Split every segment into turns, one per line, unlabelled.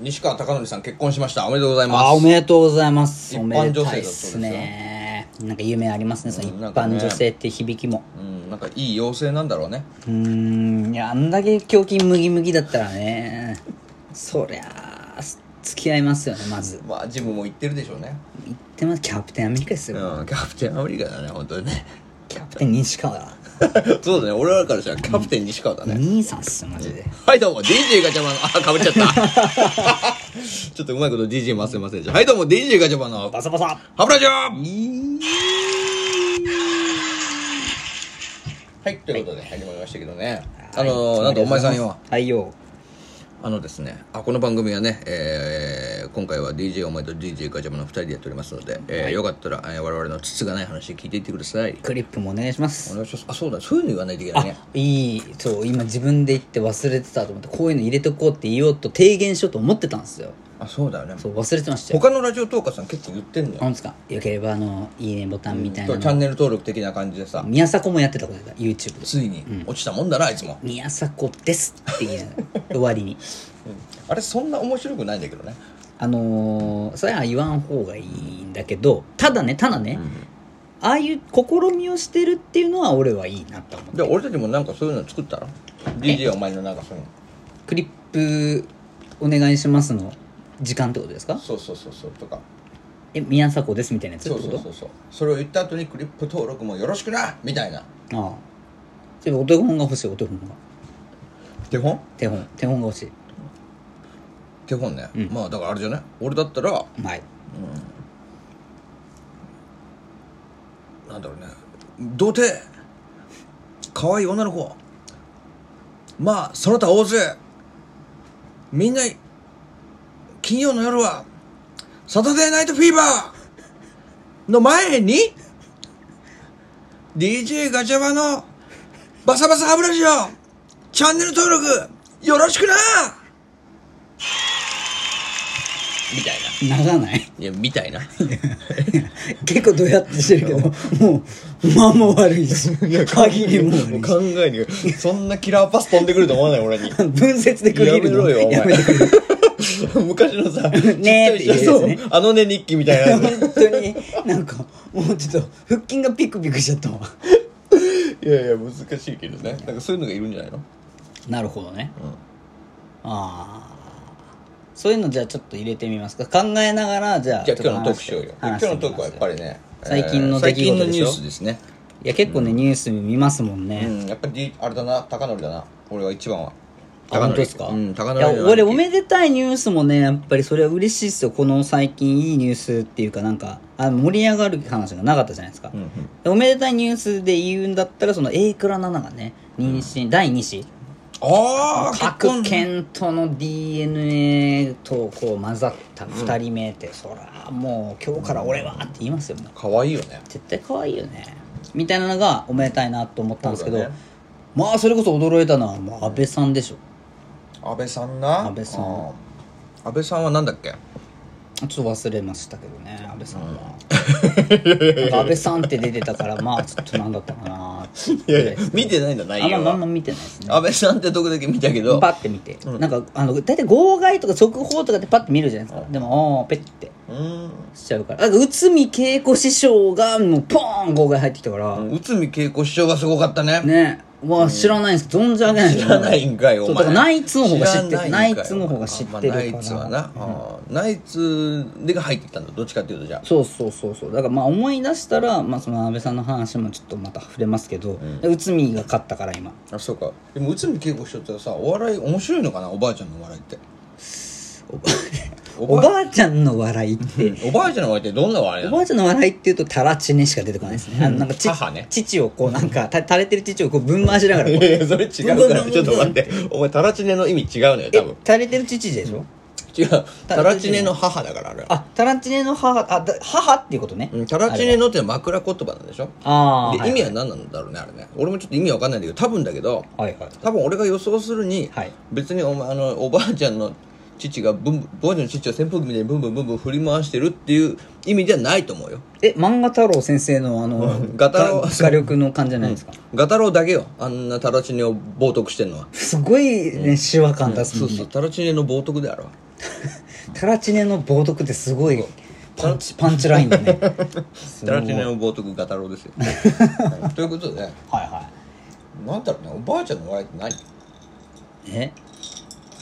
西川貴教さん結婚しましたおめでとうございます
あーおめでとうございます
一
お
般
め
女性だそう
でた
で
いっ
す
す
よ
ねなんか夢ありますねその一
うんなんか
般
ね
女性って響きも
うんなんかいい妖精なんだろうね
うーんいやあんだけ胸筋ムギムギだったらねそりゃあ付き合いますよねまず
まあジムも行ってるでしょうね
言ってますキャプテンアメリカですよ、
うんキャプテンアメリカだね本当にね
キャプテン西川だ
そうだね俺らからしたらキャプテン西川だね、
兄さんっすよマジで
はいどうも DJ ガチャマンのあかぶっちゃった ちょっとうまいこと DJ も忘れませんでしたはいどうも DJ ガチャマンの
バサバサ
ハブラジオはいということで始まりましたけどねあのーなんとお前さんよ
はいよ
あのですね、あこの番組はね、えー今回は DJ お前と DJ ガチャマンの2人でやっておりますので、えーよかったら、えー我々のつつがない話聞いていってください。
クリップもお願いします
お願いします。あ、そうだ、そういうの言わないといけない
あ
ね。
いいそう今自分で言って忘れてたと思ってこういうの入れとこうって言おうと提言しようと思ってたんですよ
あ、そうだよね。
そう忘れてましたよ
他のラジオトーカーさん結構言ってんのよ。
なんですかよければあのいいねボタンみたい
と
な
チャ
の、
ンネル登録的な感じでさ、
宮迫もやってたことだ YouTube で
ついに落ちたもんだな、あいつも。
宮迫ですっていう終わり に
あれ、そんな面白くないんだけどね。
あのー、それは言わん方がいいんだけどただねただね、ああいう試みをしてるっていうのは俺はいいなと思う
で、俺たちもなんかそういうの作ったら ?DJ お前のなんかそういうの。
クリップお願いしますの時間ってことですか
そうそうそうそう、とか。
え宮迫ですみたいなやつって
そ
こ
うそ
と
うそうそう。それを言った後にクリップ登録もよろしくなみたいな。
ああでもお手本が欲しいお手本が
手本
手本手本が欲しい
手本ね、まあだからあれじゃない俺だったら
はい
なんだろうね童貞可愛い女の子まあその他大勢みんな金曜の夜はサタデーナイトフィーバーの前に DJ ガチャバのバサバサハブラジオチャンネル登録よろしくなみたいな
ならない
いやみたいな
結構どうやってしてるけどもう間も悪いし限りも悪いし
考えにそんなキラーパス飛んでくると思わない俺に
分節で区切るの
やめろよお前
やめてくれ
昔のさちっち
ね
ゃ
ーっ
い
て言うやつね
そうあのね日記みたいなや
本当になんかもうちょっと腹筋がピクピクしちゃったわ
ついやいや難しいけどねなんかそういうのがいるんじゃないの
なるほどね、ああそういうのじゃあちょっと入れてみますか考えながらじゃあ
じゃあ
ちょ
今
っ
日のトーク
と話し
してようよ今
話
日
して
の
み
トーク
ます
はやっぱりね
最近の
えー最
出来事でしょ
近のニュースですね
いや結構ね、ニュース見ますもんね、
うんやっぱり D- あれだな高則だな俺は一番は
あ本当ですか、
うん高
いや
則
俺おめでたいニュースもねやっぱりそれは嬉しいですよこの最近いいニュースっていうかなんかあの盛り上がる話がなかったじゃないですか、
うんうん
おめでたいニュースで言うんだったらその A 倉奈々がね妊娠、第2子
ああ
各県との DNA とこう混ざった2人目って、そらもう今日から俺はって言いますよね
かわいいよね
絶対可愛いよねみたいなのがおめでたいなと思ったんですけど、
そうだね
まあそれこそ驚いたのはもう安倍さんでしょ
安倍さんな
安倍さん
あー安倍さんはなんだっけ
ちょっと忘れましたけどね安倍さんは、なんか安倍さんって出てたからまあちょっと何だったかなって
いやいや 見てないんだ内
あんま
容
まあんま
は
見てないですね
安倍さんってとこだけ見たけど
パッて見て、なんかあの大体号外とか速報とかってパッて見るじゃないですか、でもおーペッて
うん
しちゃうからなんか内海恵子師匠がもうポーン号外入ってきたから、
内海恵子師匠がすごかったね
ねわあ知らないんです存じ上げないんです
知らないんかいお
そ
前
うだからナイツの方が知って
知ら
るナ
ないん
イ
かい
ツの方が知っ
あ
てるか
まあ
ら
ナイツはなあーナイツでが入ってきたんだどっちかっていうとじゃあ
そうそうそうそうだからまあ思い出したら、まあ、その安倍さんの話もちょっとまた触れますけど内海、が勝ったから今
あそうかでも内海恵子師匠ってさお笑い面白いのかなおばあちゃんのお笑いってお
お
ばあ
ばあちゃんの笑いって
おばあちゃんのお笑いってどんな笑いな
おば
の
あちゃんの笑いっていうとタラチネしか出てこないですねあのなんかち
母ね
父をこうなんかた垂れてる父をこうぶん回しながらこう
いやそれ違うからちょっと待ってお前タラチネの意味違うのよ多分
垂れてる父でしょ
違うタラチネの母だからあれ
あタラチネの母あだ母っていうことね、
うんタラチネのって枕言葉なんでしょ
ああ
で意味は何なんだろうねあれね俺もちょっと意味わかんないんだけど多分だけど
はいはい
多分俺が予想するに、
はい
別にお前あのおばあちゃんの父がブンブンおばあちゃんの父を扇風機みたいにブンブンブンブン振り回してるっていう意味じゃないと思うよ
え漫画太郎先生のあの
ガタロ
が画力の感じじゃないですか、
ガタロウだけよあんなタラチネを冒涜してんのは
すごいね、シワ感出す
そ
も
うん
ね
そうタラチネの冒涜であるわ
タラチネの冒涜ってすごいパンチパンチラインだねすご
タ
い
ラチネの冒涜ガタロウです よということで
はいは
なんだろうねおばあちゃんの笑いって何
いえ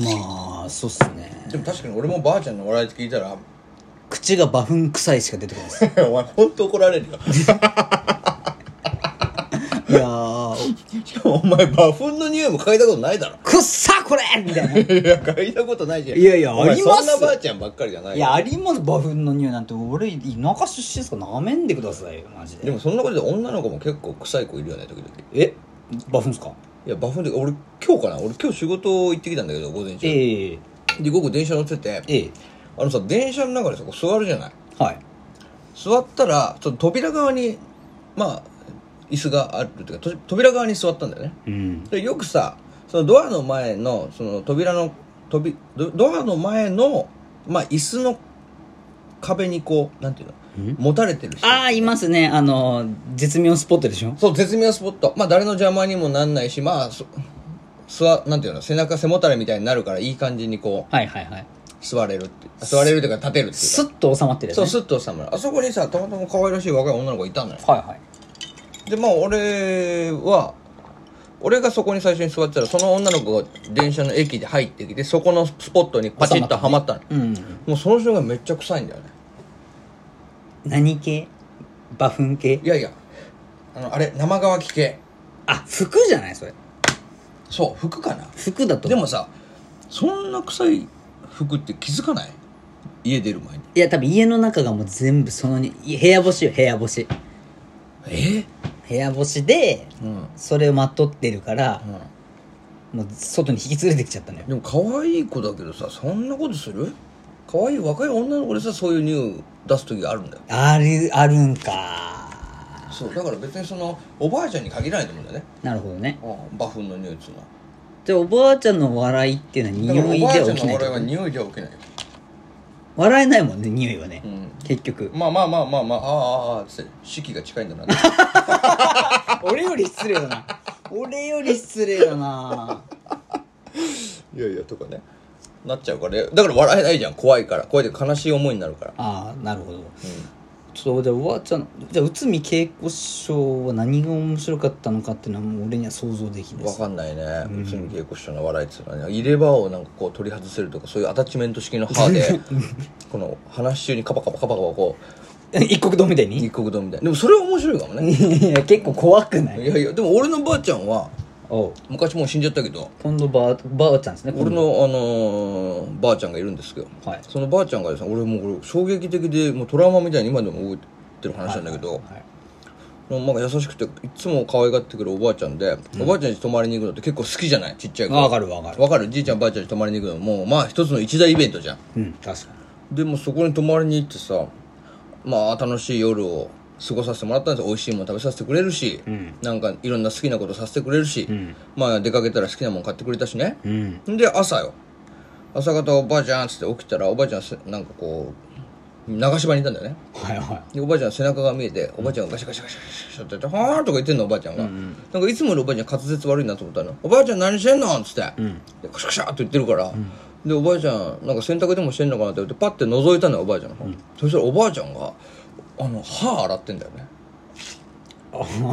まあそうっすね
でも確かに俺もばあちゃんの笑いって聞いたら
口が馬糞臭いしか出てこないです
お前本当怒られるよ
いやー
しかもお前馬糞の匂いも嗅いだことないだろ
くっさこれみたいない
や嗅いだことないじゃん
いやいや
お前
あります
そんなばあちゃんばっかりじゃない
いやあります馬糞の匂いなんて俺田舎出身ですからなめんでくださいよマジ
で
で
もそんなことで女の子も結構臭い子いるよね時々
え馬糞っすか
いや馬糞で俺今日かな俺今日仕事行ってきたんだけど午前中
ええ
で午後電車乗ってて
ええ
あのさ電車の中でさこう座るじゃない
はい
座ったらその扉側にまあ椅子があるっていうかと扉側に座ったんだよね
うん
でよくさそのドアの前のその扉のとびドドアの前のまあ椅子の壁にこうなんていうの持たれてる人
ああいますねあの絶妙スポットでしょ
そう絶妙スポットまあ誰の邪魔にもなんないしまあそ座なんていうの背中背もたれみたいになるからいい感じにこ
はいはいはいう
座れるっていう座れるというか立てるっていうか
スッと収まってるやつ
そ
ね
うスッと収まるあそこにさたまたま可愛らしい若い女の子がいたのよ
はいはい
でまあ俺は俺がそこに最初に座ってたらその女の子が電車の駅で入ってきてそこのスポットにパチッとはまったの
うん
もうその人がめっちゃ臭いんだよね
何系馬糞系
いやいやあのあれ生乾き系
あ服じゃないそれ
そう服かな
服だと
でもさそんな臭い服って気づかない家出る前に
いや多分家の中がもう全部そのにい部屋干しよ部屋干し
え
部屋干しで
うん
それをまとってるから
う、ん
もう外に引き連れてきちゃったのよ
でも可愛い子だけどさそんなことする可愛い若い女の子でさそういう匂い出す時があるんだよ
あるあるんか
そうだから別にそのおばあちゃんに限らないと思うんだよね
なるほどね
馬糞の匂いっつうのは
じゃあおばあちゃんの笑いっていうの
だから
は
お
匂
ばあ
い
ちゃ
では
んの
起きない
笑
って
い
こ
は
と
匂いじゃ起きないよ、
笑えないもんね匂いはね、
うん、
結局
まあまあまあまあまあああああっつって四季が 近いんだなって
俺より失礼だな俺より失礼だない
やいやとかねなっちゃうからねだから笑えないじゃん怖いから怖いで悲しい思いになるから
ああなるほど、ちょっとじゃあおばあちゃんじゃあ内海恵子師匠は何が面白かったのかっていうのはもう俺には想像できないで
わ
す
かんないね内海稽古師匠の笑いっつうのはね入れ歯をなんかこう取り外せるとかそういうアタッチメント式の歯 でこの話中にカパカパカパカパこう
一国堂みたいに
一国堂みたいなでもそれは面白いかもね
いや結構怖くないい
やいやでも俺のばあちゃんは
おう
昔もう死んじゃったけど
今度ばあばあちゃんですね
俺
今度
の、あのーばあちゃんがいるんですけど、
はい
そのばあちゃんがですね俺もうこれ衝撃的でもうトラウマみたいに今でも覚えてる話なんだけど、
はい
そのなんか優しくていつも可愛がってくるおばあちゃんで、おばあちゃんに泊まりに行くのって結構好きじゃないちっちゃい子
わかるわかる
わかるじいちゃんばあちゃんに泊まりに行くのもうまあ一つの一大イベントじゃん
うん確かに
でもそこに泊まりに行ってさまあ楽しい夜を過ごさせてもらったんですよ美味しいもの食べさせてくれるし、
ん
なんかいろんな好きなことさせてくれるし、
ん
まあ出かけたら好きなもの買ってくれたしね、
うん
で朝よ朝方おばあちゃんっつって起きたらおばあちゃんせなんかこう流し場にいたんだよね
はいは
でおばあちゃん背中が見えておばあちゃんがガシャガシャガシャガシャガシャってやって「はー」とか言ってんのおばあちゃんが、なんかいつもよりおばあちゃん滑舌悪いなと思ったの「おばあちゃん何してんの?」っつって、でカシャカシャって言ってるから、でおばあちゃんなんか洗濯でもしてんのかなって言ってパッて覗いたのよおばあちゃんの方、そしたらおばあちゃんがあの歯洗ってんだよね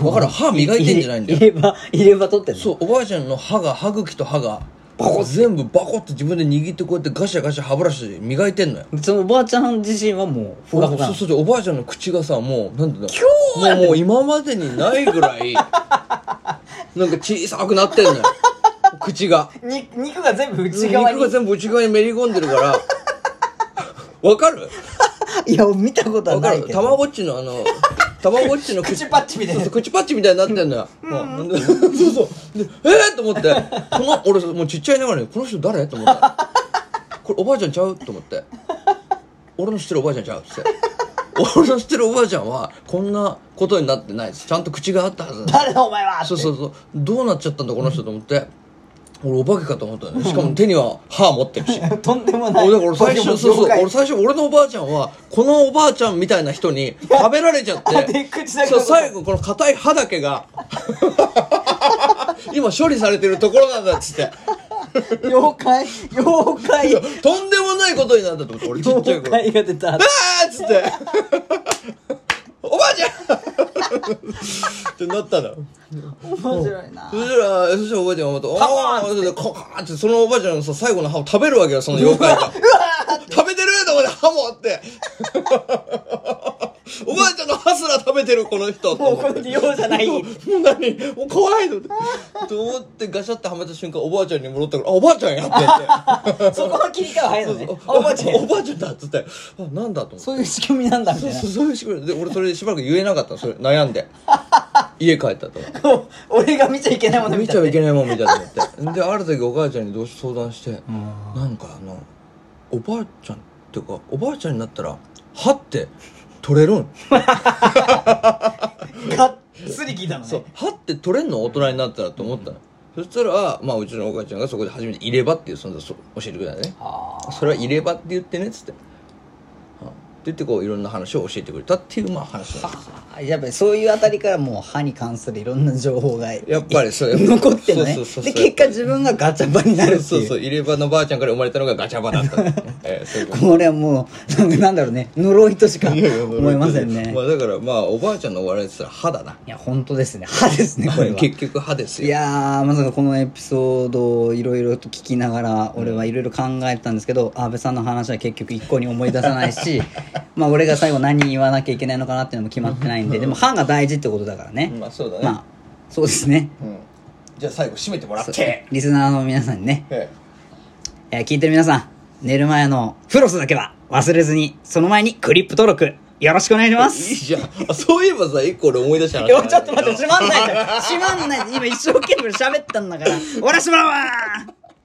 い
わかる歯磨いてんじゃないんだよ
入れ歯入れ歯取ってんの
そうおばあちゃんの歯が歯茎と歯が全部バコって自分で握ってこうやってガシャガシャ歯ブラシで磨いてんのよ
そのおばあちゃん自身はもうふがふが
そうそうそうおばあちゃんの口がさもうなんていうのもうもう今までにないぐ らいなんか小さくなってんのよ口が
に肉が全部内側
肉
に
が全部内側にめり込んでるから わかる
いや見たことは
わか
ない
る
け
た
ど
まごっちのあのたまごっちの
口パッチみたいな
そうそう口パッチみたいになってんのよ、もう そうそうでえっ、と思ってこの俺もうちっちゃいながらにこの人誰と思ってこれおばあちゃんちゃうと思って俺の知ってるおばあちゃんちゃうっつって俺の知ってるおばあちゃんはこんなことになってないですちゃんと口があったはずなんです
誰だお前はって
そうそうそうどうなっちゃったんだこの人と思って俺お化けかと思ったのよしかも手には歯持ってるし
とんでもない
俺だから最初そうそう
妖怪
俺最初俺のおばあちゃんはこのおばあちゃんみたいな人に食べられちゃっ
で
て
口だけ
そう最後この硬 い歯だけが今処理されてるところなんだっつって
妖怪妖怪
とんでもないことになったと思って俺ちっちゃい
妖
頃
怪が出た
あーっつって 「おばあちゃん!」ってなったんだ
面白いな
そしたらそしたらおばあちゃんがまた「お
パコーンっ
ー!」ってカカーンってそのおばあちゃんのさ最後の歯を食べるわけよその妖 怪が「食べてる!」と思って歯もあって「おばあちゃんの歯すら食べてるこの人」
もうこれで用じゃない
もう何もう怖いのと思ってガシャってはめた瞬間おばあちゃんに戻ったから「あおばあちゃんや」って言って
そこの切り替えは早いのね
そう
あおばあちゃん
おばあちゃんだっつってあなんだと思って
そういう仕組みなんだみた
そう
いな
そうそういう仕事で俺それでしばらく言えなかったのそれ悩んで家帰ったと思って
こう俺が見ちゃいけないもの
見
見
ち
た
ゃ
ね
いけないもん見たと思って である時お母ちゃんにどうし相談してなんかあのおばあちゃんっていうかおばあちゃんになったら歯って取れるん
がっつり聞いたの
そう
ね
歯って取れんの大人になったらと思ったの、そしたら、まあ、うちのお母ちゃんがそこで初めて入れ歯っていう存在をそ教えてくれたのね
あー
それは入れ歯って言ってねっつって、うんって言ってこういろんな話を教えてくれたっていうまあ話なんです
あやっぱりそういうあたりからもう歯に関するいろんな情報が
やっぱりそう
残ってんのね
そうそうそうそ
で
う
結果自分がガチャバになるっていう
そうそう入れ歯のばあちゃんから生まれたのがガチャバだった んですね、ええそういうこと
これはもうなんかなんだろうね呪いとしか思いません ね
まあだからまあおばあちゃんのお笑いって言ったら歯だない
や本当ですね歯ですねこれは
結局歯ですよ
いやーまさかこのエピソードをいろいろと聞きながら俺はいろいろ考えてたんですけど安倍さんの話は結局一個に思い出さないし まあ俺が最後何言わなきゃいけないのかなっていうのも決まってないんででも歯が大事ってことだからね
まあそうだね、
まあそうですね
うん、じゃあ最後締めてもらって
リスナーの皆さんにね、
え
えー聞いてる皆さん寝る前のフロスだけは忘れずにその前にクリップ登録よろしくお願いしま
え
す
いいじゃんあそういえばさ一個俺思い出した
いやちょっと待って、閉まんないじゃん。閉まんない。今一生懸命喋ったんだから。終わらしまうわー